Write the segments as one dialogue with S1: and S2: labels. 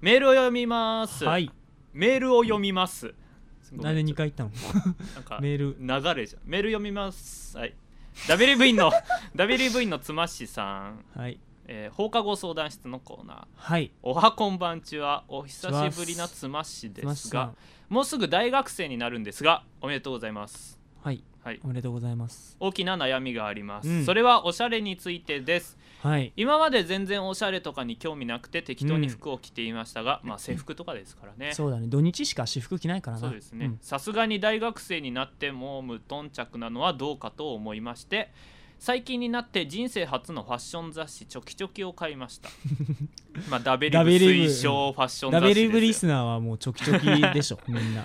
S1: メールを読みます、
S2: はい
S1: メールを読みます
S2: なんで2回言ったの
S1: なんか
S2: メール
S1: 流れじゃんメール読みますはい w v の w v のつまっしさん、
S2: はい
S1: えー放課後相談室のコーナー
S2: はい
S1: おはこんばんちはお久しぶりなつまっし
S2: すいま
S1: で
S2: せ
S1: す
S2: ん
S1: がもうすぐ大学生になるんですがおめでとうございます
S2: はい
S1: はい
S2: おめでとうございます
S1: 大きな悩みがあります、
S2: うん
S1: それはおしゃれについてです
S2: はい
S1: 今まで全然おしゃれとかに興味なくて適当に服を着ていましたが、まあ制服とかですからね
S2: そうだね土日しか私服着ないからな
S1: そうです
S2: う
S1: ね
S2: ん
S1: さすがに大学生になっても無頓着なのはどうかと思いまして最近になって人生初のファッション雑誌「チョキチョキ」を買いま したまあダベリブ
S2: ダベリブ
S1: 推奨ファッション
S2: ダ
S1: 雑誌
S2: ベ
S1: です
S2: リ
S1: よ
S2: ブリスナーはもうちょきちょき でしょみんな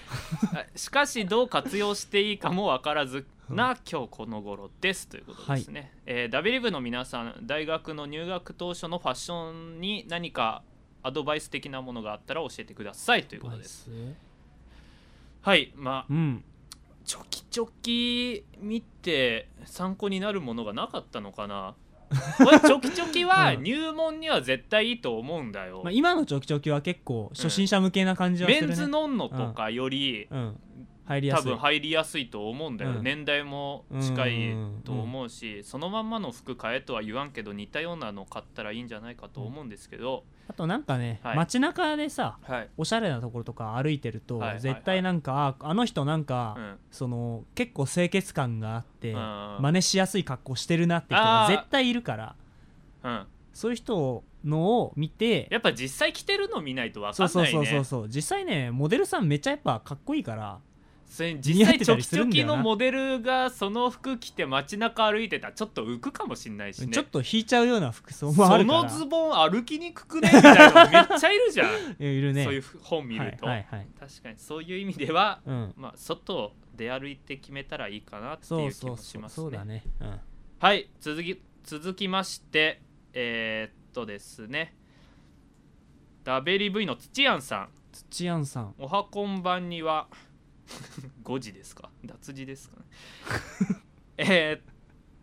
S1: はいしかしどう活用していいかもわからずな今日この頃ですということですね、えーダビリブの皆さん大学の入学当初のファッションに何かアドバイス的なものがあったら教えてくださいということですはいまあ
S2: うん
S1: チョキチョキ見て参考になるものがなかったのか な俺チョキチョキは
S2: うん
S1: 入門には絶対いいと思うんだよ、
S2: まあ今のちょきちょきは結構初心者向けな感じはす
S1: メ
S2: るね
S1: ンズノンノとかより、
S2: うん入りや
S1: 多
S2: すい
S1: 分入りやすいと思うんだよ、
S2: うん
S1: 年代も近いと思うし、そのまんまの服買えとは言わんけど似たようなの買ったらいいんじゃないかと思うんですけど、
S2: あとなんかね
S1: はい
S2: 街中でさ
S1: はい、
S2: おしゃれなところとか歩いてると
S1: はいはいはい
S2: 絶対なんかああの人なんか
S1: うん
S2: その結構清潔感があって
S1: うん
S2: 真似しやすい格好してるなって人が
S1: あー
S2: 絶対いるから
S1: うん、
S2: そういう人のを見て
S1: やっぱ実際着てるの見ないと分
S2: そ
S1: か
S2: うんそう
S1: ない
S2: そうそう
S1: ね
S2: そう実際ねモデルさんめっちゃやっぱかっこいいから
S1: それ
S2: 似
S1: 実
S2: 合っ
S1: 際チ
S2: てた
S1: ョ
S2: り
S1: キ
S2: す
S1: チ
S2: るん
S1: ョ
S2: だ
S1: キ
S2: よな
S1: のモデルがその服着て街中歩いてたらちょっと浮くかもしんないしね
S2: ちょっと引いちゃうような服装もあ
S1: そ
S2: るから
S1: のズボン歩きにくくねみたいなのめっちゃいるじゃん、
S2: いる ね
S1: そういう本見ると、
S2: はいはいはい
S1: 確かにそういう意味では
S2: うん
S1: まあ、外で歩いて決めたらいいかなって
S2: そ
S1: いうう気
S2: そ
S1: も
S2: う
S1: し
S2: そう
S1: ます
S2: そうだ
S1: ね。
S2: ねうん
S1: はい続き続きましてえー、っとですね WV の土庵さん
S2: 土屋さん
S1: おはこんばんには 5時ですか脱字ですかね えーっ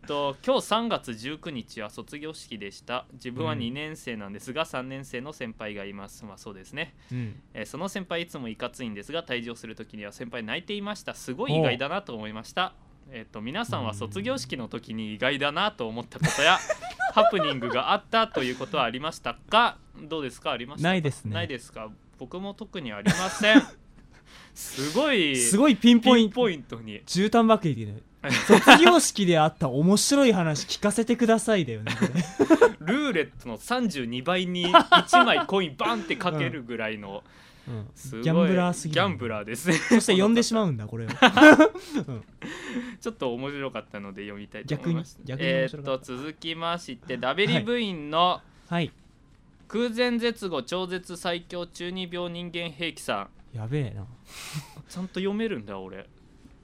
S1: と今日3月19日は卒業式でした自分は2年生なんですが3年生の先輩がいますまあそうですね
S2: うん
S1: えーその先輩いつもいかついんですが退場する時には先輩泣いていましたすごい意外だなと思いましたえっ、と皆さんは卒業式の時に意外だなと思ったことやハプニングがあったということはありましたかどうですかありましたか
S2: ないですね
S1: ないですか僕も特にありませ んすごい
S2: すごいピンポイ
S1: ピン
S2: ント
S1: ポイントに
S2: 絨毯ばっかりでね卒業式であった面白い話聞かせてくださいだよねこれ
S1: ルーレットの32倍に1枚コインバンってかけるぐらいの、
S2: うん
S1: すごい
S2: ギャンブラーすぎ
S1: ギ
S2: る
S1: ャンブラーですね
S2: そして呼んでしまうんだこれを
S1: ちょっと面白かったので読みたいと思います。
S2: 逆に逆に面白かっ
S1: えー、と続きましてダベリ部員の
S2: はい
S1: 空前絶後超絶最強中二病人間兵器さん
S2: やべえな
S1: ちゃんと読めるんだ俺
S2: ね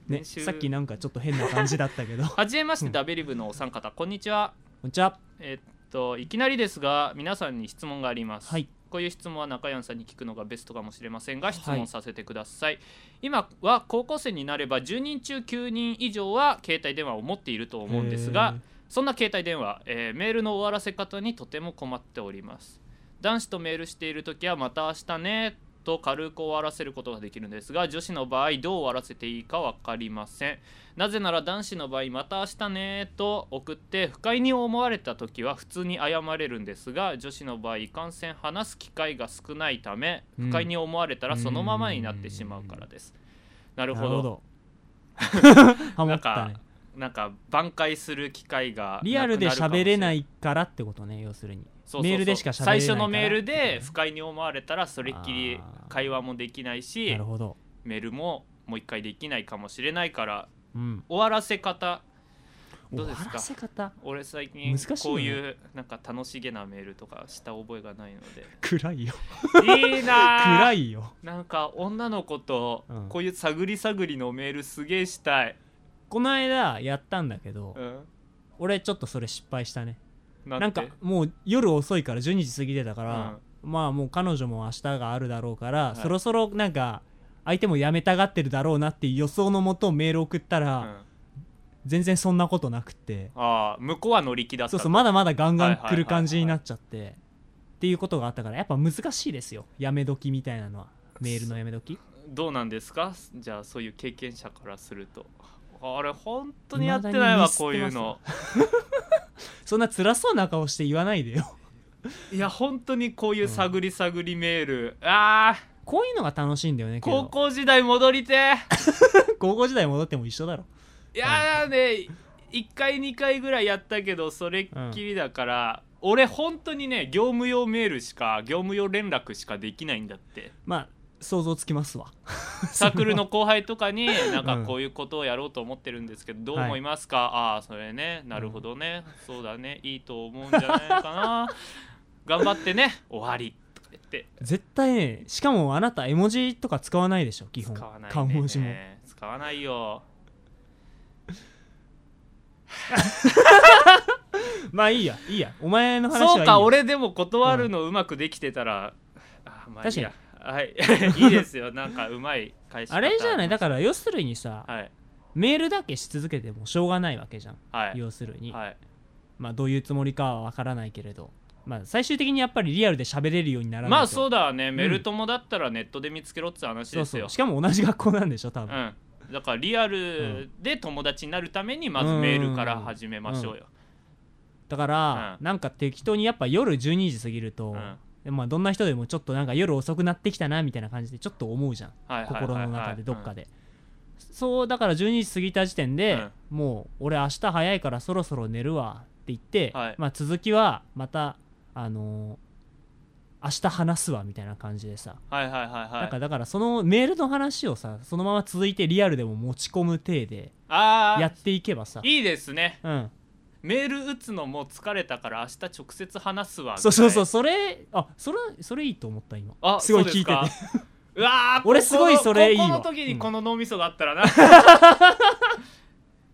S1: 練習
S2: さっきなんかちょっと変な感じだっ たけどこ
S1: はじめまし
S2: う
S1: て
S2: ん
S1: ダベリ部のお三方こんにちは
S2: んにちは
S1: えっといきなりですが皆さんに質問があります、
S2: はい
S1: こういう質問は中山さんに聞くのがベストかもしれません
S2: は
S1: が
S2: い
S1: 質問させてください、今は高校生になれば10人中9人以上は携帯電話を持っていると思うんですが、そんな携帯電話、えーメールの終わらせ方にとても困っております男子とメールしている時はまた明日ねと軽く終わらせることができるんですが女子の場合どう終わらせていいか分かりませんなぜなら男子の場合また明日ねと送って不快に思われた時は普通に謝れるんですが女子の場合いかんせん話す機会が少ないため
S2: うん
S1: 不快に思われたらそのままになってしまうからですな
S2: え
S1: る
S2: ー
S1: ほ
S2: なる
S1: ど
S2: ほど ハモった
S1: なん
S2: ね
S1: かなんか挽回する機会が
S2: リアルで喋れないいからってことね要するに
S1: そうそうそう
S2: メールでしか喋れないから
S1: 最初のメールで不快に思われたらそれっきり会話もできないし
S2: なるほど
S1: メールももう一回できないかもしれないから
S2: うん
S1: 終わらせ方
S2: 終
S1: どう
S2: わ
S1: ですか
S2: ら せ方
S1: 俺最近
S2: 難し
S1: こ
S2: いよ
S1: う
S2: ね
S1: いうなんか楽しげなメールとかした覚えがないので
S2: 暗いよ
S1: いいな
S2: 暗
S1: い
S2: いよ
S1: なんか女の子と
S2: うん
S1: こういう探り探りのメールすげえしたい、
S2: この間やったんだけど
S1: うん、
S2: 俺ちょっとそれ失敗したね
S1: な
S2: なん
S1: て
S2: かもう夜遅いから12時過ぎてたから
S1: うん、
S2: まあもう彼女も明日があるだろうから、
S1: い
S2: そろそろなんか相手もやめたがってるだろうなっていう予想のもとメール送った
S1: う
S2: ら、
S1: んあ
S2: 全然そんなことなくって
S1: あ向こうは乗り気だった
S2: そうそうまだまだガンガ
S1: は
S2: ン
S1: いはいはい
S2: 来る感じになっちゃって、っていうことがあったからやっぱ難しいですよやめ時みたいなのはメールのやめ時
S1: どうなんですかじゃあそういう経験者からするとあれ本当にやってないわ
S2: 未
S1: こ
S2: だ
S1: う
S2: に
S1: い
S2: ミ
S1: う
S2: スってま
S1: の
S2: そんな辛そうな顔して言わないでよ
S1: いや本当にこういう探り探りメール、ああ
S2: こういうのが楽しいんだよねけど
S1: 高校時代戻りてえ
S2: 高校時代戻っても一緒だろ
S1: いやーね1回2回ぐらいやったけどそれっきりだから、俺本当にね業務用メールしか業務用連絡しかできないんだ って
S2: まあ想像つきますわ
S1: サークルの後輩とかになん
S2: う
S1: か
S2: ん
S1: こういうことをやろうと思ってるんですけどどう
S2: はい
S1: 思いますか、ああそれねなるほどね、そうだねいいと思うんじゃないか な頑張ってね終わりとか言って
S2: 絶対ねしかもあなた絵文字とか使わないでしょ基
S1: 使わ
S2: 本
S1: ない、ね、
S2: 顔文字も
S1: 使わないよ
S2: まあいいやいいやお前の話はいい
S1: そう
S2: よ
S1: か俺でも断るのうまくできてたら、あまあいいやはい いいですよなんかうまい返し方
S2: あれじゃないだから要するにさ、
S1: はい
S2: メールだけし続けてもしょうがないわけじゃん、
S1: はい
S2: 要するに、
S1: はい
S2: まあどういうつもりかはわからないけれどまあ最終的にやっぱりリアルで喋れるようにならないと
S1: まあそうだね、
S2: ん
S1: メルトモだったらネットで見つけろって話
S2: そう
S1: です
S2: そ
S1: よ
S2: うしかも同じ学校なんでしょ多分、
S1: うん、だからリアルで友達になるためにまずメールから始めましょうよ、
S2: だから、
S1: う
S2: なんか適当にやっぱ夜12時過ぎると、
S1: うん
S2: まあどんな人でもちょっとなんか夜遅くなってきたなみたいな感じでちょっと思うじゃん
S1: はいはいはい
S2: 心
S1: はい
S2: の中でどっかで、そうだから12時過ぎた時点で、もう俺明日早いからそろそろ寝るわって言って、
S1: はい
S2: まあ、続きはまたあのー明日話すわみたいな感じでさ、
S1: うんはいはいはいはい
S2: なんかだからそのメールの話をさそのまま続いてリアルでも持ち込む体で
S1: ああ
S2: やっていけばさ
S1: いいですね
S2: うん、
S1: メール打つのもう疲れたから明日直接話すわ
S2: そうそうそううそれあそれそれいいと思った今
S1: あ
S2: すごい
S1: そう
S2: 聞
S1: で
S2: いて
S1: か
S2: て
S1: うわー
S2: 俺すごい
S1: ここの
S2: それいい
S1: こ
S2: わ
S1: この時にこの脳みそがあった らな、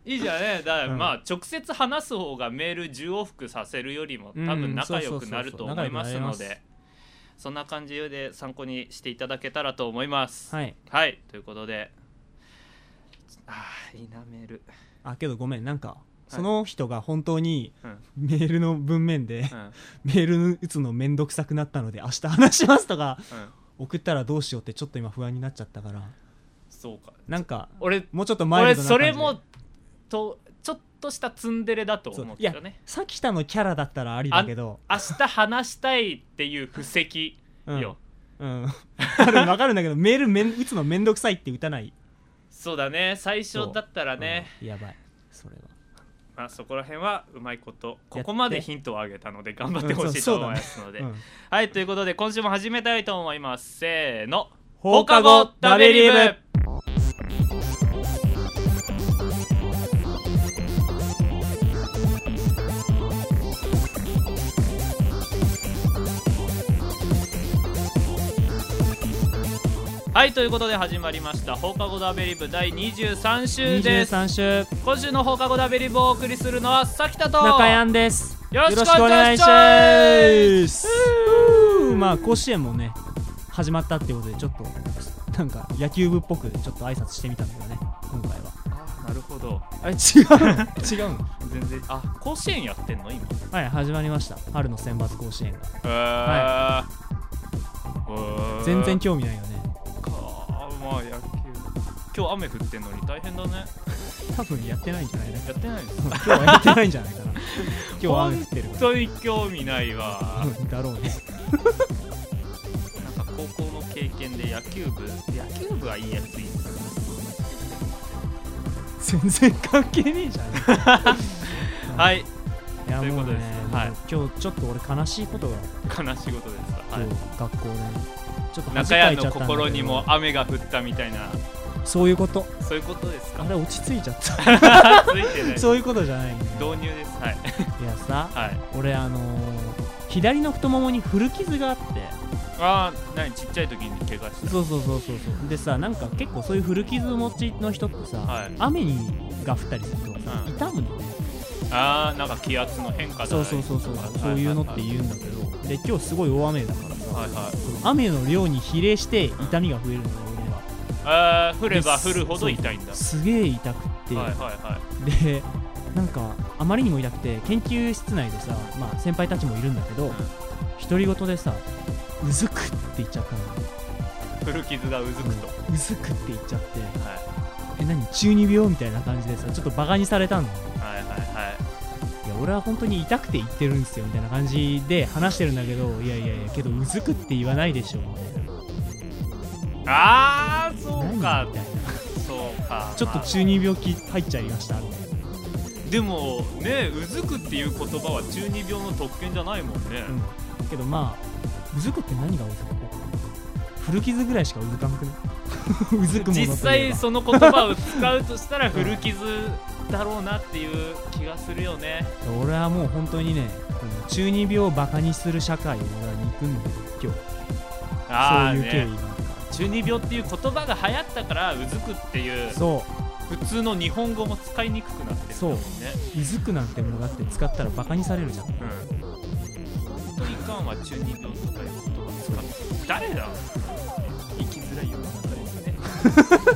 S1: いいじゃんねだから、
S2: うん
S1: まあ直接話す方がメール10往復させるよりも多
S2: う
S1: 分
S2: ん
S1: 仲良くなると
S2: そうそうそうそう
S1: 思いますの
S2: 仲良くなれ
S1: でそんな感じで参考にしていただけたらと思います
S2: はい
S1: はい、ということであーいいなメール
S2: あけどごめんなんかその人が本当に
S1: うん
S2: メールの文面で、
S1: うんうん
S2: メール打つのめんどくさくなったので明日話しますとか送ったらどうしようってちょっと今不安になっちゃったから
S1: そうか
S2: なんか
S1: 俺
S2: もうちょっとマイ
S1: 俺
S2: ルドな
S1: そ
S2: 感じで
S1: れもとちょっとしたツンデレだと
S2: そう
S1: 思う
S2: い
S1: け
S2: や
S1: どね
S2: さきたのキャラだったらありだけど
S1: 明日話したいっていう布石
S2: うん
S1: よ、
S2: うん、あるわかるんだけどメールめん打つのめんどくさいって打たない
S1: そうだね最初だったらね、
S2: うんやばいそれは
S1: まあ、そこら辺はうまいことここまでヒントをあげたので頑張ってほしいと思いますので、
S2: うん
S1: はいということで今週も始めたいと思いますせーの
S2: 放課後ダベリブ
S1: はいということで始まりました放課後ダベリブ第23週です
S2: 23週
S1: 今週の放課後ダベリブをお送りするのはさきたと
S2: 中やんです
S1: よろしくお
S2: よ
S1: 願いします
S2: すうーまあ甲子園もね始まったってことでちょっとなんか野球部っぽくちょっと挨拶してみたんだよね今回は
S1: あなるほど
S2: あれ 違うの違うの
S1: 全然あ甲子園やってんの今
S2: はい始まりました春の選抜甲子園が
S1: へーへー
S2: 全然興味ないよね
S1: かまあ野球今日雨降ってんのに大変だね
S2: 多分やってないんじゃない だか
S1: やってないんです
S2: ら今日はやってないんじゃないかな今日は雨降ってるか
S1: 本当に興味ないわ
S2: らうんだろうね
S1: なんか高校の経験で野球部野球部はいいやついいですね
S2: 全然関係ねえじゃ ん
S1: はい
S2: いや
S1: というこ
S2: もう
S1: と
S2: ね
S1: ですはい
S2: 今日ちょっと俺悲しいことが
S1: 悲しいことですか、はい
S2: 今日学校でちょっと
S1: 中
S2: 恥か
S1: 谷
S2: いちゃった
S1: の
S2: んだけど
S1: 心にも雨が降ったみたいな
S2: そういうこと
S1: そういうことですか
S2: あれ落ち着いちゃっ
S1: ついてない
S2: たそういうことじゃないんだよ
S1: 導入ですはい
S2: いやさ
S1: はい
S2: 俺あのー左の太ももに古傷があって
S1: ああ何ちっちゃい時に怪我した
S2: そうそうそうそうそうでさなんか結構そういう古傷持ちの人ってさ、
S1: はい
S2: 雨にが降ったりするとさ、
S1: うん
S2: 痛むのね
S1: ああなんか気圧の変化だ
S2: そうそうそうそうそういうのって言うんだけどで今日すごい大雨だからさ、
S1: はいはい
S2: その雨の量に比例して痛みが増えるのよ俺は
S1: あー降れば降るほど痛いんだは
S2: すげえ痛くって、
S1: いはいは
S2: でなんかあまりにも痛くて研究室内でさ、まあ、先輩たちもいるんだけど
S1: ん
S2: 一、独り言でさ「うずく」って言っちゃったの
S1: 古傷がうずくと、
S2: うずくって言っちゃって
S1: はい
S2: え何中二病みたいな感じでさちょっとバカにされたんだよ
S1: はいはいはい
S2: いや俺は本当に痛くて言ってるんですよみたいな感じで話してるんだけどいやいやいやけどうずくって言わないでしょみたいな
S1: あーそう
S2: 何
S1: か
S2: みたいな
S1: そうか
S2: ちょっと中二病気入っちゃいましたみたいな
S1: まあでもねうずくっていう言葉は中二病の特権じゃないもんね、
S2: うん、けどまあうずくって何がうずくの古傷ぐらいしかうずかなくね うずくものといえば
S1: 実際その言葉を使うとしたら古傷だろうなっていう気がするよね
S2: 俺はもう本当にねこの中二病をバカにする社会を俺は憎んでる今日
S1: ああ
S2: そういう経
S1: ね
S2: 緯があるか
S1: 中二病っていう言葉が流行ったからうずくっていう
S2: らそ
S1: 普通の日本語も使いにくくなってるんだもんね
S2: ううずくなんてものだって使ったらバカにされるじゃん
S1: うん本当にいかんは中二病とかいう言葉使って誰だ生きづらい世の中ですね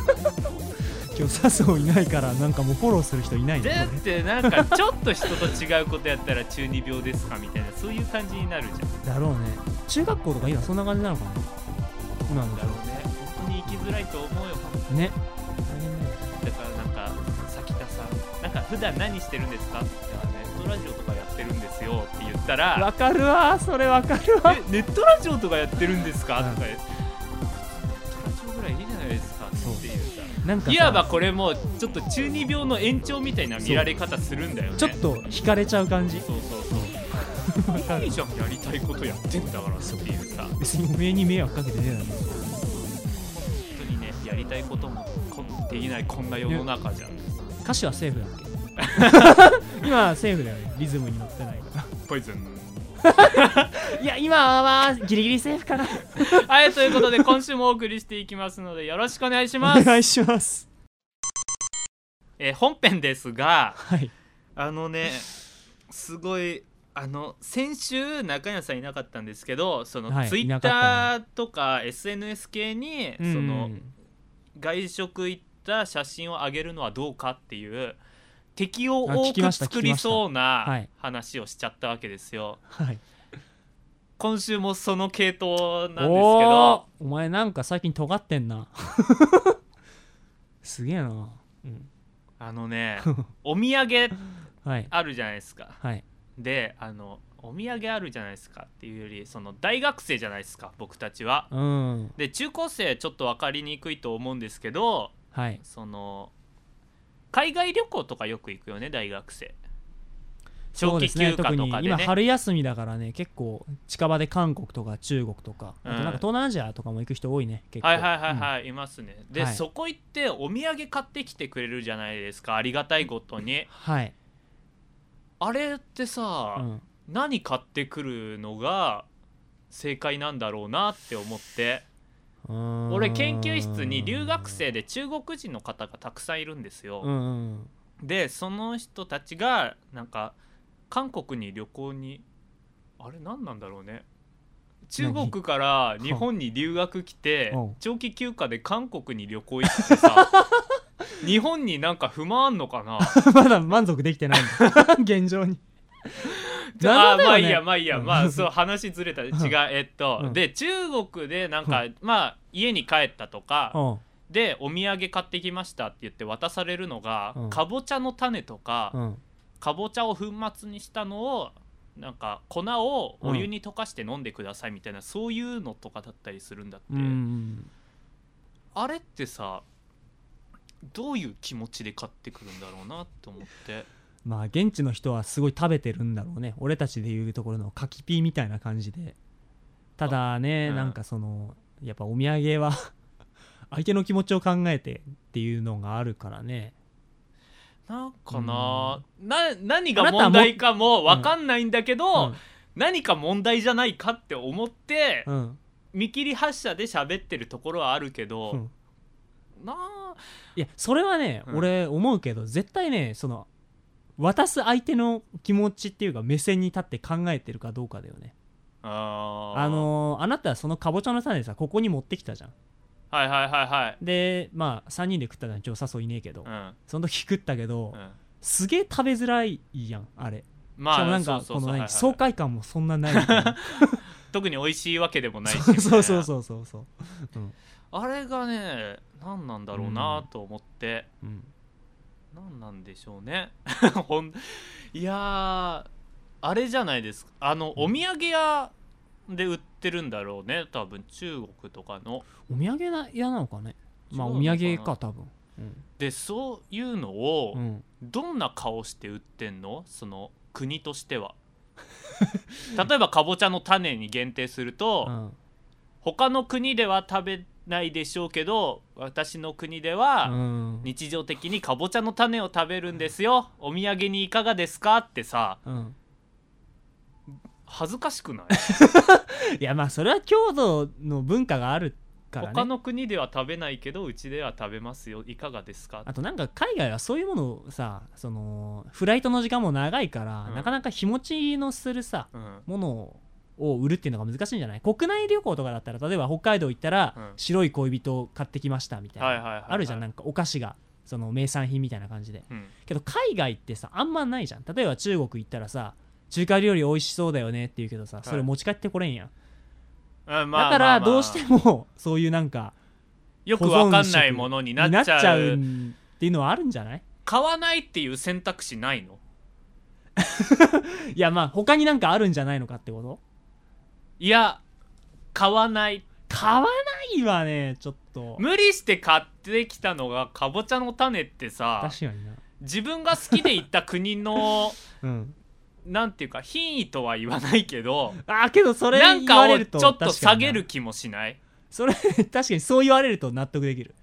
S2: 今日笹生いないからなんかもうフォローする人いないね
S1: だってなんかちょっと人と違うことやったら中二病ですかみたいなそういう感じになるじゃん
S2: これだろうね中学校とか今そんな感じなのかな今の
S1: だろうね本当に生きづらいと思うよ
S2: ね大変だよ
S1: だからなんか先田さんなんか普段何してるんですかって言ったらネットラジオとかやってるんですよって言ったら
S2: わかるわそれわかるわ
S1: えネットラジオとかやってるんですか
S2: うん
S1: とか言ってネットラジオぐらいいいじゃないですか
S2: そう
S1: っていうさ
S2: なんかさ
S1: いわばこれもちょっと中二病の延長みたいな見られ方するんだよね
S2: ちょっと惹かれちゃう感じ
S1: そうそう そういいじゃんやりたいことやってんだからっていうさ
S2: 別におめえに迷惑かけてねえだろ
S1: 本当にねやりたいこともこできないこんな世の中じゃん
S2: 歌詞はセーフだっけ 今はセーフだよねリズムに乗ってないか
S1: ポイズン
S2: らいや今はまあギリギリセーフかな
S1: はいということで今週もお送りしていきますのでよろしくお願いしま
S2: お
S1: す、
S2: 願いします
S1: えー本編ですが
S2: はい
S1: あのねすごいあの先週中谷さんいなかったんですけどその
S2: はい
S1: ツイ
S2: い
S1: ッ
S2: なか
S1: ターとか SNS 系にその
S2: うん
S1: 外食行った写真を上げるのはどうかっていう敵を
S2: あ
S1: 多
S2: 聞き
S1: く
S2: ました
S1: 作りそう
S2: 聞きましたは
S1: ない話をしちゃったわけですよ。
S2: はい
S1: 今週もその系統なんですけ
S2: おー
S1: ど
S2: お前なんか最近尖ってんな すげえな、うん、
S1: あのねお土産
S2: はい
S1: あるじゃないですか
S2: はい
S1: であのお土産あるじゃないですかっていうよりその大学生じゃないですか僕たちは。
S2: うん
S1: で中高生ちょっと分かりにくいと思うんですけど
S2: はい
S1: その海外旅行とかよく行くよね大学生長期休
S2: 特
S1: 暇と
S2: に
S1: かで
S2: 今
S1: ね
S2: 春休みだからね結構近場で韓国とか中国とかあとなん
S1: うん
S2: か東南アジアとかも行く人多いね結構
S1: はいはいはいはい、いますねで、
S2: はい
S1: そこ行ってお土産買ってきてくれるじゃないですかありがたいことに
S2: はい、
S1: あれってさ、
S2: うん、
S1: 何買ってくるのが正解なんだろうなって思って
S2: うーん
S1: 俺研究室に留学生で中国人の方がたくさんいるんです
S2: う
S1: よ、
S2: んうん
S1: でその人たちがなんか韓国に旅行にあれ何なんだろうね中国から日本に留学来て
S2: うん
S1: 長期休暇で韓国に旅行行って さ日本になんか不満あんのかな
S2: まだ満足できてないん だ現状に
S1: あ
S2: 謎だよね
S1: まあいいやまあいいや、
S2: うん
S1: まあそう話ずれた違うえっと、
S2: うん
S1: で中国でなんか、まあ家に帰ったとか
S2: おう
S1: でお土産買ってきましたって言って渡されるのが、
S2: うん
S1: かぼちゃの種とか、
S2: うん
S1: かぼちゃを粉末にしたのをなんか粉をお湯に溶かして飲んでくださいみたいな、そういうのとかだったりするんだって、
S2: うん
S1: あれってさどういう気持ちで買ってくるんだろうなと思って
S2: まあ現地の人はすごい食べてるんだろうね俺たちでいうところの柿ピーみたいな感じでただね、
S1: うん
S2: なんかそのやっぱお土産は 相手の気持ちを考えてっていうのがあるからね
S1: なんかな,、な何が問題かも分かんないんだけど、何か問題じゃないかって思って、
S2: うん、うん
S1: 見切り発車で喋ってるところはあるけど、
S2: うん
S1: なあ
S2: いやそれはね、
S1: うん
S2: 俺思うけど絶対ねその渡す相手の気持ちっていうか目線に立って考えてるかどうかだよね
S1: あー
S2: あのーあなたはそのかぼちゃの種さここに持ってきたじゃん
S1: はいはいはいはい
S2: でまあ3人で食ったじゃん今日誘いねえけど、
S1: うん
S2: その時食ったけど、
S1: うん
S2: すげえ食べづらいやんあれし
S1: ま
S2: か
S1: あ
S2: もなん
S1: そ
S2: か
S1: うそう
S2: こ
S1: そう
S2: の
S1: はいは
S2: 何
S1: い
S2: 爽快感もそんなないみたいな
S1: 特に美味しいわけでもないしみたいな
S2: そうそうそうそうそう、うん
S1: あれがね何なんだろうなと思って、
S2: うん、
S1: 何なんでしょうね ほんいやーあれじゃないですかあのお土産屋で売ってるんだろうね多分中国とかの
S2: お土産な嫌なのかねまあ
S1: 違う
S2: お
S1: のか
S2: 土
S1: な
S2: 産か多分うん、
S1: でそういうの
S2: う
S1: を
S2: ん、
S1: どんな顔して売ってんのその国として は例えばかぼちゃの種に限定すると、
S2: うん
S1: 他の国では食べないでしょうけど私の国で
S2: う
S1: は
S2: ん
S1: 日常的にかぼちゃの種を食べるんですよお土産にいかがですかってさ
S2: うん、
S1: 恥ずかしくない、
S2: いやまあそれは郷土の文化があるからね
S1: 他の国では食べないけどうちでは食べますよいかがですか
S2: あとなんか海外はそういうものをさそのフライトの時間も長いから、
S1: うん
S2: なかなか日持ちのするさ
S1: うん
S2: ものを売るっていうのが難しいんじゃない国内旅行とかだったら例えば北海道行ったら、
S1: うん
S2: 白い恋人を買ってきましたみたいな、
S1: はいはいはいはい
S2: あるじゃんなんかお菓子がその名産品みたいな感じで
S1: うん
S2: けど海外ってさあんまないじゃん例えば中国行ったらさ中華料理美味しそうだよねって言うけどさそれ持ち帰ってこれんやん、
S1: あまあ
S2: だか
S1: まあ
S2: ら
S1: まあ
S2: どうしてもそういうなんか
S1: よくわかんないものになっちゃう
S2: うんっていうのはあるんじゃない
S1: 買わないっていう選択肢ないの
S2: いやまあ他になんかあるんじゃないのかってこと
S1: いや買わない
S2: 買わないはねちょっと
S1: 無理して買ってきたのがかぼちゃの種ってさ
S2: 確かにな
S1: 自分が好きで行った国の
S2: うん
S1: なんていうか品位とは言わないけど
S2: あーけど それ
S1: なん
S2: 言
S1: か
S2: わ
S1: を
S2: れる
S1: ち
S2: と
S1: ょっと下げ
S2: 確かに
S1: る
S2: な
S1: 気もしない
S2: それ 確かにそう言われると納得できる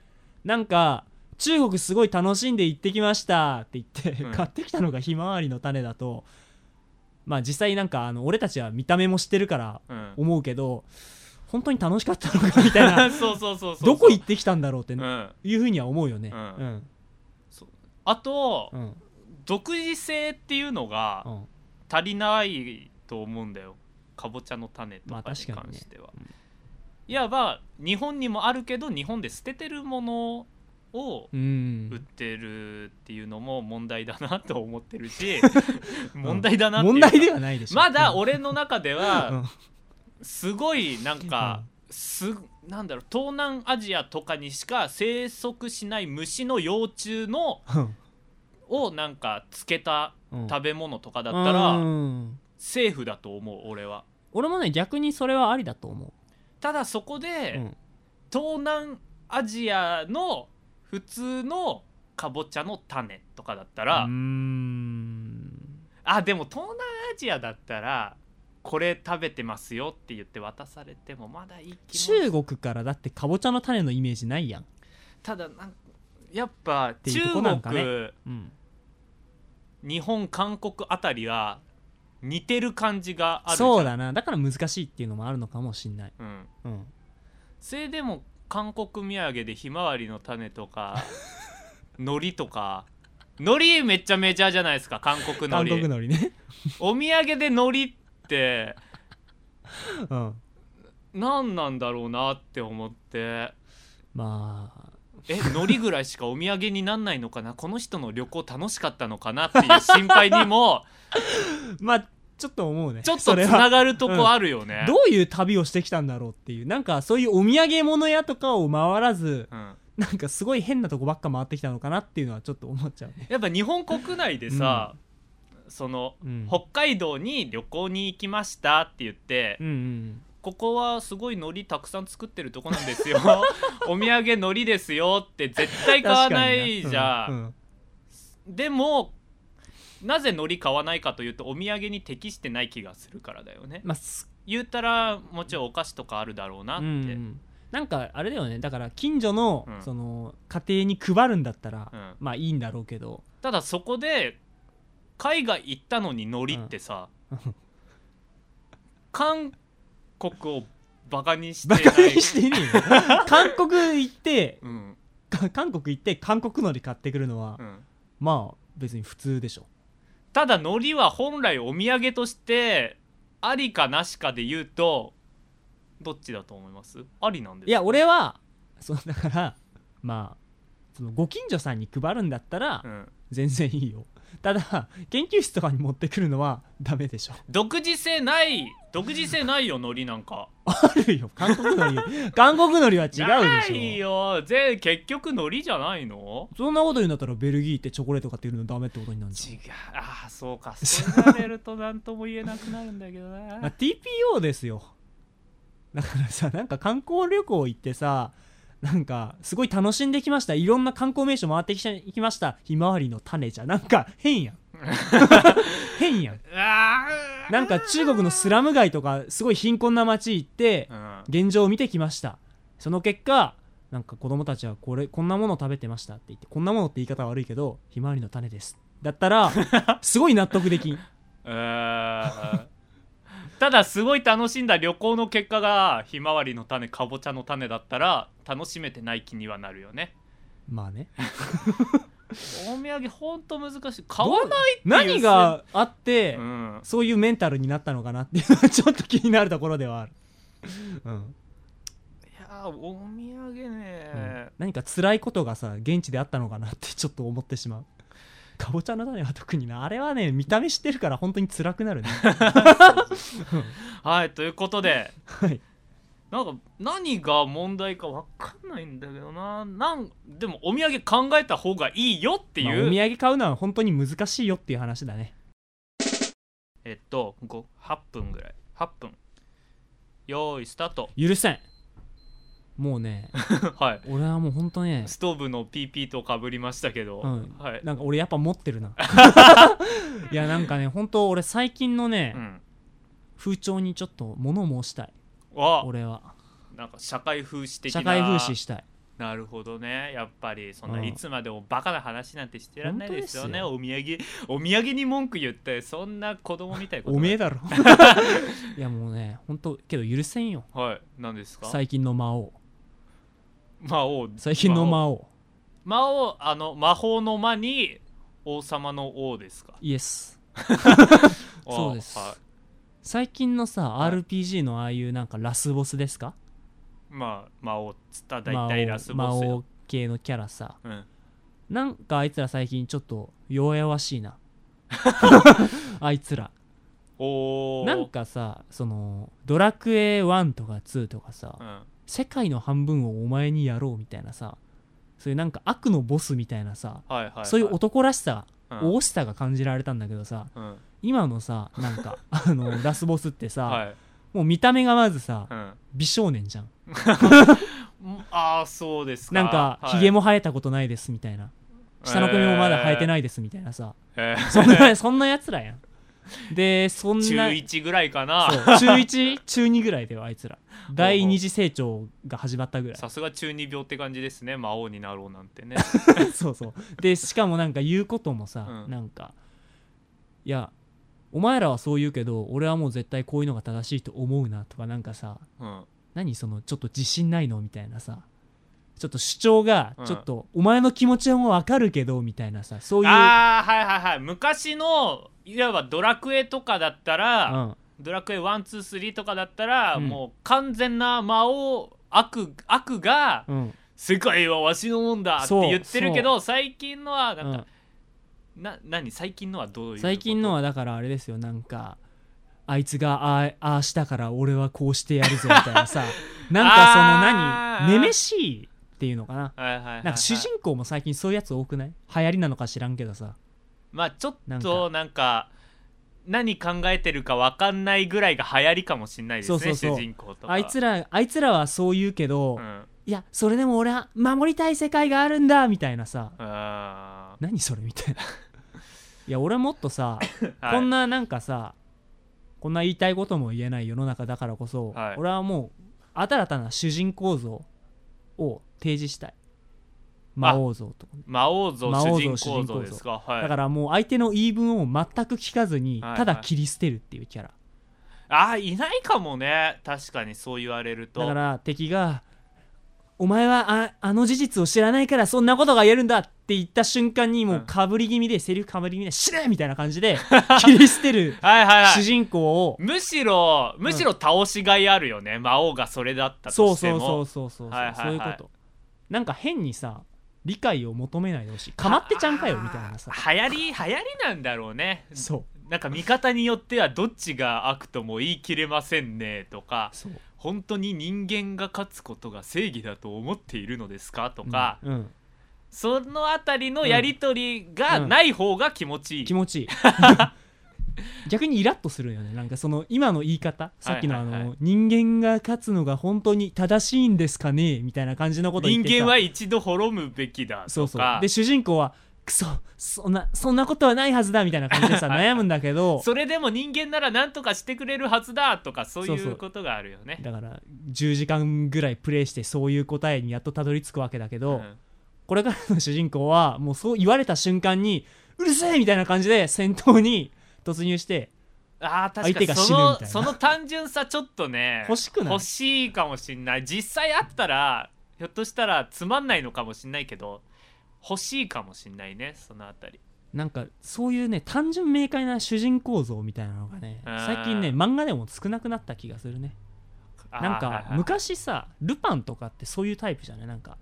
S2: なんか中国すごい楽しんで行ってきましたって言って、
S1: うん
S2: 買ってきたのがひまわりの種だとまあ実際なんかあの俺たちは見た目も知ってるから
S1: うん
S2: 思うけど本当に楽しかったのかみたいな
S1: そうそうそうそう
S2: どこ行ってきたんだろうって
S1: うん
S2: いうふうには思うよね
S1: う
S2: うんん
S1: あと
S2: うん
S1: 独自性っていうのが
S2: うん
S1: 足りないと思うんだよかぼちゃの種とか
S2: ま
S1: に
S2: あ
S1: 関
S2: 確かにね
S1: しては、いわば日本にもあるけど日本で捨ててるものを
S2: うん
S1: 売ってるっていうのも問題だなと思ってる し問題だなっていう
S2: 問
S1: か
S2: 題ではないでしょ
S1: まだ俺の中で
S2: うん
S1: はすごいなんか
S2: う
S1: すなんだろう東南アジアとかにしか生息しない虫の幼虫の
S2: うん
S1: をなんかつけた
S2: うん
S1: 食べ物とかだったら
S2: うん
S1: セーフだと思う俺は
S2: 俺もね逆にそれはありだと思
S1: ただそこ
S2: う、
S1: で
S2: うん
S1: 東南アジアの普通のかぼちゃの種とかだったら、
S2: うーん
S1: あでも東南アジアだったらこれ食べてますよって言って渡されてもまだいい気も
S2: 中国からだってかぼちゃの種のイメージないやん、
S1: ただなんかやっぱ
S2: てい
S1: 中
S2: うとこなんかね
S1: 国日本韓国あたりは似てる感じがあるじゃん
S2: そうだなだから難しいっていうのもあるのかもしんない、
S1: うん、
S2: うん、
S1: それでも韓国土産でひまわりの種と か海苔とか海苔めっちゃメジャーじゃないですか韓国海
S2: 韓
S1: 苔
S2: 国のりね、
S1: お土産で海苔って
S2: うん、
S1: 何なんだろうなって思って
S2: まあ
S1: え海苔ぐらいしかお土産になんないのかなこの人の旅行楽しかったのかなっていう心配にも
S2: まあちょっと思うね
S1: ちょっと
S2: そ
S1: つ
S2: れ
S1: な
S2: は
S1: がるとこあるよね。
S2: どういう旅をしてきたんだろうっていうなんかそういうお土産物屋とかを回らず
S1: うん
S2: なんかすごい変なとこばっか回ってきたのかなっていうのはちょっと思っちゃうね、
S1: やっぱ日本国内でさ、その
S2: うん、
S1: 北海道に旅行に行きましたって言って、
S2: うんうん
S1: ここはすごい海苔たくさん作ってるとこなんです よお土産海苔ですよって絶対買わないじゃん、
S2: うん
S1: でもなぜ海苔買わないかというとお土産に適してない気がするからだよね
S2: まあす
S1: 言うたらもちろんお菓子とかあるだろうなっ
S2: う
S1: て、
S2: んうんなんかあれだよねだから近所の,、
S1: うん
S2: その家庭に配るんだったら、
S1: うん
S2: まあいいんだろうけど
S1: ただそこで海外行ったのに海苔ってさ、
S2: うん
S1: 韓国をバカにして
S2: バ
S1: ない
S2: カにしてねえよ 韓国行って
S1: うん
S2: か韓国行って韓国のり買ってくるのは、
S1: うん
S2: まあ別に普通でしょ
S1: ただ海苔は本来お土産としてありかなしかで言うとどっちだと思いますありなんですか
S2: いや俺はそうだからまあそのご近所さんに配るんだったら
S1: うん、
S2: 全然いいよただ研究室とかに持ってくるのはダメでしょ
S1: 独自性ない独自性ないよノリなんか
S2: あるよ韓国のり 韓国のりは違うでしょ
S1: ないよぜ結局ノリじゃないの
S2: そんなこと言うんだったらベルギーってチョコレート買ってくるのダメってことになるんです
S1: 違
S2: よ
S1: うああそうかそう言われると何とも言えなくなるんだけど
S2: まあ
S1: な
S2: TPO ですよだからさなんか観光旅行行ってさなんかすごい楽しんできましたいろんな観光名所回ってきちゃいきましたひまわりの種じゃなんか 変やん変やん
S1: あー
S2: なんか中国のスラム街とかすごい貧困な街行って
S1: うん
S2: 現状を見てきましたその結果なんか子供たちはこれこんなものを食べてましたって言ってこんなものって言い方は悪いけどひまわりの種ですだっ たらすごい納得できん
S1: えーただすごい楽しんだ旅行の結果がひまわりの種かぼちゃの種だったら楽しめてない気にはなるよね
S2: ま あね
S1: お土産ほんと難しい買わないっていう
S2: 何があって、
S1: うん
S2: そういうメンタルになったのかなっていうのは ちょっと気になるところではある、うん
S1: いやーお土産ね、
S2: 何か辛いことがさ現地であったのかなって ちょっと思ってしまうかぼちゃの種は特になあれはね見た目知ってるから本当に辛くな るね
S1: はいということで
S2: はい
S1: なんか何が問題かわかんないんだけどななんでもお土産考えた方がいいよって
S2: まあ
S1: いう、
S2: お土産買うのは本当に難しいよっていう話だね
S1: えっとご8分ぐらい8分よーいスタート
S2: 許せんもうね
S1: はい
S2: 俺はもう本当ね
S1: ストーブの PP とかぶりましたけど、
S2: うん
S1: はい、
S2: なんか俺やっぱ持って るないやなんかね本当俺最近のね、
S1: うん、
S2: 風潮にちょっと物を申したい
S1: わ
S2: 俺は
S1: なんか社会風刺的な
S2: 社会風刺したい
S1: なるほどねやっぱりそん
S2: う
S1: なんいつまでもバカな話なんてしてらんないですよね、
S2: 本
S1: お土産お土産に文句言ってそんな子供みたいなこと
S2: おめえだろ いやもうね本当けど許せんよ
S1: はい何ですか
S2: 最近の魔王
S1: 魔王
S2: 最近の魔王
S1: 魔王あの魔法の魔に王様の王ですか
S2: イエス
S1: あー
S2: そうです
S1: は
S2: 最近のさ
S1: はい
S2: RPG のああいうなんかラスボスですか
S1: い、まあ魔王っつったら
S2: 魔
S1: 大体ラス
S2: 王魔
S1: ボスよ
S2: 王系のキャラさ
S1: うん、
S2: なんかあいつら最近ちょっと弱々し いなあいつら
S1: おお
S2: なん、かさそのドラクエ1とか2とかさ、
S1: うん、
S2: 世界の半分をお前にやろうみたいなさそういうなんか悪のボスみたいなさ、
S1: はいはい、はい、
S2: そういう男らしさ、
S1: うん、
S2: おしさが感じられたんだけどさ
S1: うん、
S2: 今のさなん かあのラスボスってさ、
S1: はい、
S2: もう見た目がまずさ
S1: うん
S2: 美少年じゃん
S1: うんああそうですか
S2: なんか
S1: はい
S2: ひげも生えたことないですみたいな下の髪もまだ生えて
S1: い、
S2: ないですみたいなさ、
S1: えー
S2: そんなそんなやつらやんでそんな
S1: 中1ぐらいかな
S2: そう中1中2ぐらいだよあい つら第二次成長が始まったぐらい
S1: さすが中二病って感じですね魔王になろうなんて ね
S2: そうそうでしかもなんか言うこともさ、
S1: うん
S2: なんかいやお前らはそう言うけど俺はもう絶対こういうのが正しいと思うなとかなんかさ
S1: うん
S2: 何そのちょっと自信ないのみたいなさちょっと主張が
S1: うん
S2: ちょっと、お前の気持ちはもうわかるけどみたいなさそういう
S1: ああはいはいはい昔のいわばドラクエとかだったら、
S2: うん
S1: ドラクエ123とかだったら、
S2: うん
S1: もう完全な魔王悪悪が
S2: うん
S1: 「世界はわしのもんだ」って言ってるけど最近のはなんか、
S2: うん
S1: な何最近のはどういうこと
S2: 最近のはだからあれですよなんかあいつがああああしたから俺はこうしてやるぜみたい なさなんか
S1: あー
S2: その何めしいっていうのかな
S1: はいはいはいはい、
S2: なんか主人公も最近そういうやつ多くない流行りなのか知らんけどさ
S1: まあちょっ
S2: なん
S1: と
S2: か
S1: なんか何考えてるか分かんないぐらいが流行りかもしんないですね
S2: そうそうそう
S1: 主人公とか
S2: あいつらあいつらはそう言うけど、
S1: うん
S2: いやそれでも俺は守りたい世界があるんだみたいなさ
S1: あ
S2: 何それみたいないや俺もっとさ、
S1: ーは
S2: こん
S1: い
S2: ななんかさこんな言いたいことも言えない世の中だからこそ、
S1: はい
S2: 俺はもう新たな主人公像を提示したい魔王像とか
S1: 魔王像
S2: 魔王
S1: 主
S2: 像
S1: 人公像ですかはい
S2: だからもう相手の言い分を全く聞かずに、
S1: はい
S2: ただ切り捨てるっていうキャラ
S1: あーいないかもね確かにそう言われると
S2: だから敵が「お前はああの事実を知らないからそんなことが言えるんだ」って言った瞬間にも
S1: う
S2: うんかぶり気味で、セリフかぶり気味で「死ね!」みたいな感 じで切り捨てる
S1: はいはいは
S2: 主
S1: い
S2: 人公を、
S1: むしろむしろ倒しがいあるよね、魔王がそれだった
S2: そ
S1: と
S2: う
S1: して
S2: そう
S1: も
S2: そうそうそうそう、
S1: はいはいはい
S2: そういうことなんか変にさ 理解を求めないでほしいかまってちゃんかよみたいなさ
S1: あー流行り流行りなんだろうね
S2: そう
S1: なんか見方によってはどっちが悪とも言い切れませんねとか
S2: そう
S1: 本当に人間が勝つことが正義だと思っているのですかとか、
S2: うんうん
S1: そのあたりのやり取りがない方が気持ちいい、
S2: 気持ちい い逆にイラッとするよねなんかその今の言い方さっきのあ
S1: はい
S2: の、
S1: はいはい
S2: 人間が勝つのが本当に正しいんですかねみたいな感じのこと言ってさ
S1: 人間は一度滅むべきだとか
S2: そうそうで主人公はクソそんなそんなことはないはずだみたいな感じでさ悩むんだけど
S1: それでも人間なら何とかしてくれるはずだとかそう
S2: そう
S1: い
S2: そうう
S1: ことがあるよね。
S2: だから10時間ぐらいプレイしてそういう答えにやっとたどり着くわけだけど、
S1: うん
S2: これからの主人公はもうそう言われた瞬間にうるせえみたいな感じで戦闘に突入して
S1: あー確
S2: 相手
S1: かに
S2: が死
S1: そ
S2: ぬみたい
S1: の
S2: な
S1: その単純さちょっとね
S2: 欲しくない
S1: 欲しいかもしんない実際あったらひょっとしたらつまんないのかもしんないけど欲しいかもしんないねそのあたり
S2: なんかそういうね単純明快な主人公像みたいなのがね
S1: うん
S2: 最近ね漫画でも少なくなった気がするね
S1: あー
S2: なん
S1: はい
S2: か
S1: はい
S2: 昔さルパンとかってそういうタイプじゃないなんか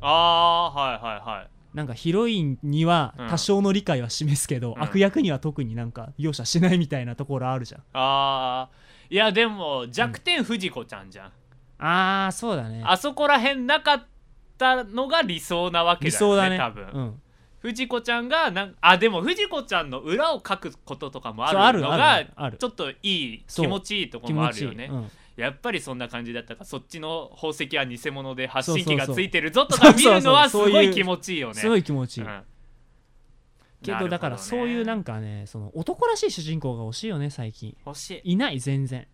S1: あーはいはいはい
S2: なんかヒロインには
S1: うん
S2: 多少の理解は示すけど、
S1: うん
S2: 悪役には特になんか容赦しないみたいなところあるじゃん
S1: あーいやでも弱点藤子ちゃんじゃん、
S2: あーそうだね
S1: あそこら辺なかったのが理想なわけ
S2: 理
S1: だよ
S2: 想
S1: ね
S2: だね
S1: 多分、
S2: うん、
S1: 藤子ちゃんがなんあでも藤子ちゃんの裏を書くこととかも
S2: そうあ
S1: ある
S2: る
S1: の
S2: あ
S1: が
S2: るある
S1: ちょっといい
S2: そう
S1: 気持ちいいとこ
S2: 気
S1: ろも
S2: 持
S1: ある
S2: ちいい
S1: よね、
S2: うん
S1: やっぱりそんな感じだったかそっちの宝石は偽物で発
S2: そうそう
S1: 信
S2: そう
S1: 機がついてるぞとか見るのはす
S2: そうそうそ
S1: ご
S2: うそうい
S1: いう気持ちいいよね。
S2: すごい気持ちいい、
S1: うん
S2: け
S1: なるほ
S2: ど
S1: ね
S2: だからそういうなんかねその男らしい主人公が欲しいよね最近
S1: 欲しい
S2: いない全然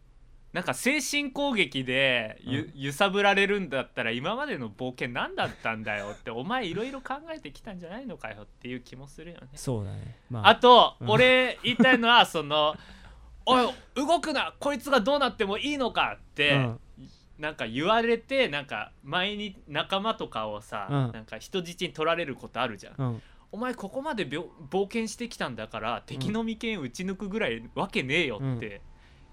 S1: なんか精神攻撃でゆ、
S2: うん
S1: 揺さぶられるんだったら今までの冒険何だったんだよってお前いろいろ考えてきたんじゃないのかよっていう気もするよね。
S2: そうだねまあ
S1: あと、
S2: うん
S1: 俺言いたいのはその 「おい動くなこいつがどうなってもいいのか」って、
S2: うん
S1: なんか言われてなんか前に仲間とかをさ、
S2: うん
S1: なんか人質に取られることあるじゃん。
S2: うん、
S1: お前ここまでびょ冒険してきたんだから敵の眉間打ち抜くぐらいわけねえよって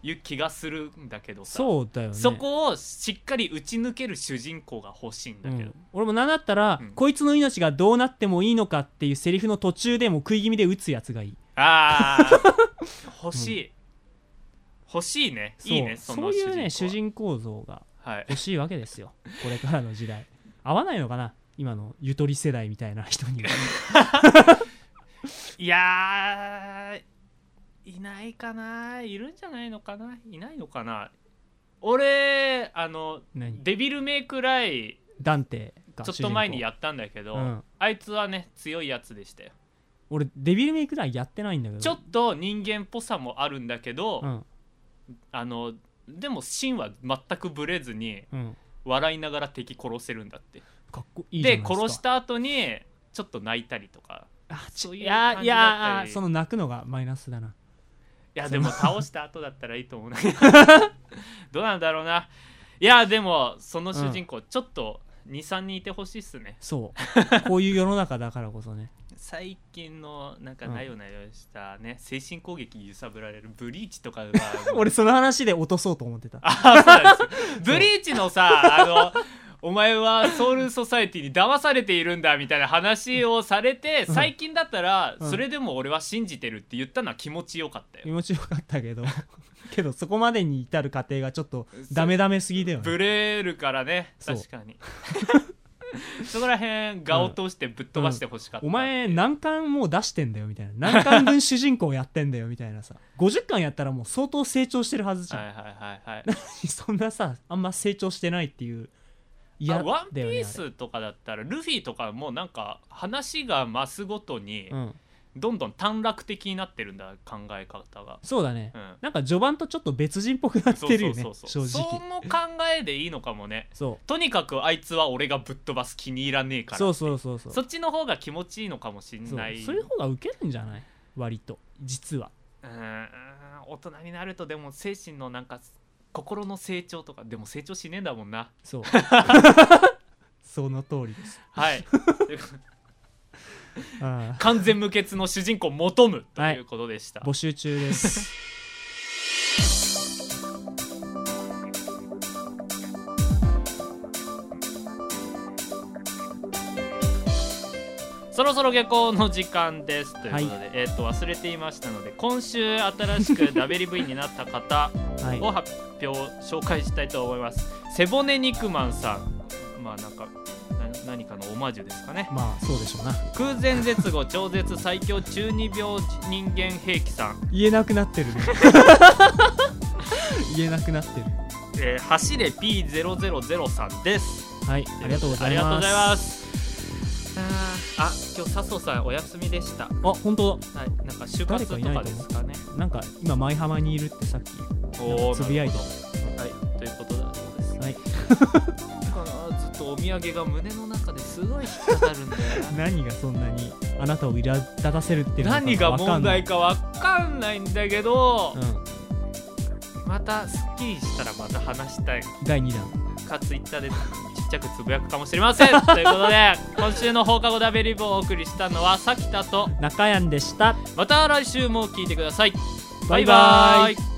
S1: いう気がするんだけどさ、
S2: そうだよね
S1: そこをしっかり打ち抜ける主人公が欲しいんだ
S2: う
S1: けど、
S2: ん俺もなんだったら、
S1: うん
S2: こいつの命がどうなってもいいのかっていうセリフの途中でもう食い気味で打つやつがいい
S1: あー 欲しい、欲しいねいいね
S2: そ
S1: そうの
S2: そういうね
S1: 主人
S2: 主人公像が
S1: 公ははい
S2: 欲しいわけですよこれからの時代合わないのかな今のゆとり世代みたいな人 には
S1: いやーいないかないるんじゃないのかないないのかな俺あの
S2: 何
S1: デビルメイクライ
S2: ダンテが
S1: ちょっと前に
S2: っ
S1: やったんだけど、
S2: うん
S1: あいつはね強いやつでしたよ
S2: 俺デビルメイクライやってないんだけど
S1: ちょっと人間っぽさもあるんだけど、
S2: うん
S1: あのでも芯は全くぶれずに
S2: うん
S1: 笑いながら敵殺せるんだって
S2: かっこいいじゃ
S1: で
S2: ないですか
S1: 殺した後にちょっと泣いたりとか
S2: あち
S1: そういう
S2: いや
S1: 感じだ
S2: い
S1: ったり
S2: やあーその泣くのがマイナスだない
S1: や
S2: そ
S1: で
S2: の
S1: も倒した後だったらいいと思うな どうなんだろうないやでもその主人公、ちょっと23人いてほしいっすね
S2: そうこう いう世の中だからこそね
S1: 最近のなんか
S2: うん
S1: なよなよしたね、精神攻撃揺さぶられるブリーチとかは
S2: 俺その話で落とそうと思ってた
S1: あそうなんですブリーチの さあのお前はソウルソサエティに騙されているんだみたいな話をされて
S2: うん
S1: 最近だったら、
S2: うん
S1: それでも俺は信じてるって言ったのは気持ちよかった
S2: 気
S1: よ、
S2: 持ちよかったけど けどそこまでに至る過程がちょっとダメダメすぎだよね
S1: ブレるからね
S2: そう
S1: 確かに そこら辺顔通してぶっ飛ばしてほしかった、
S2: お前何巻もう出してんだよみたいな何巻分主人公やってんだよみたいなさ50巻やったらもう相当成長してるはずじゃ
S1: は
S2: ん、
S1: いはいはいはい
S2: そんなさあんま成長してないっていうい
S1: あワンピ
S2: だよね
S1: ー
S2: あれ
S1: スとかだったらルフィとかもうなんか話が増すごとに
S2: うん、
S1: どんどん短絡的になってるんだ考え方が、
S2: そうだね、
S1: うん、
S2: なんか序盤とちょっと別人っぽくなってるよね
S1: そうそうそう
S2: 正
S1: そう
S2: 直
S1: その考えでいいのかもね
S2: そ
S1: とにかくあいつは俺がぶっ飛ばす気に入らねえか
S2: う
S1: ら
S2: そうそうそうそう
S1: そっちの方が気持ちいいのかもしん
S2: そう
S1: ない
S2: そういう方がウケるんじゃない割と実は
S1: うーん大人になるとでも精神のなんか心の成長とかでも成長しねえんだもんな
S2: そう その通りです
S1: はい
S2: あ
S1: 完全無欠の主人公求むということでした、
S2: あ募集中です
S1: そそろそろ下校の時間ですということで、
S2: は
S1: えっ、と忘れていましたので今週新しく WV になった方
S2: はい
S1: を発表紹介したいと思います背骨肉まんさんまあなんかな何かのオマージュですかね
S2: まあそうでしょうな
S1: 空前絶後超絶最強中二病人間兵器さん、
S2: 言えなくなってるね 言えなくなってる
S1: えー走れ P000 さんです
S2: はいありがとうございます
S1: ありがとうございますあーあ今日笹生さんお休みでしたは
S2: あ本当
S1: いなんか就活とかですかね
S2: だなんか今舞浜にいるってさっき
S1: おー
S2: つぶやいて
S1: なるほどはいということだそうです
S2: はい
S1: このずっとお土産が胸の中ですごい引っかかるんだよな
S2: 何がそんなにあなたを苛立たせるっていうのか
S1: 何が
S2: わか
S1: 問
S2: んない
S1: 題かわかんないんだけど、
S2: うん
S1: またすっきりしたらまた話したい
S2: 第2弾
S1: かツイッターでちっちゃくつぶやくかもしれ ませんということで今週の放課後ダベリブをお送りしたのはさきたと
S2: 中やんでした
S1: また来週も聞いてください
S2: バイバイ
S1: イ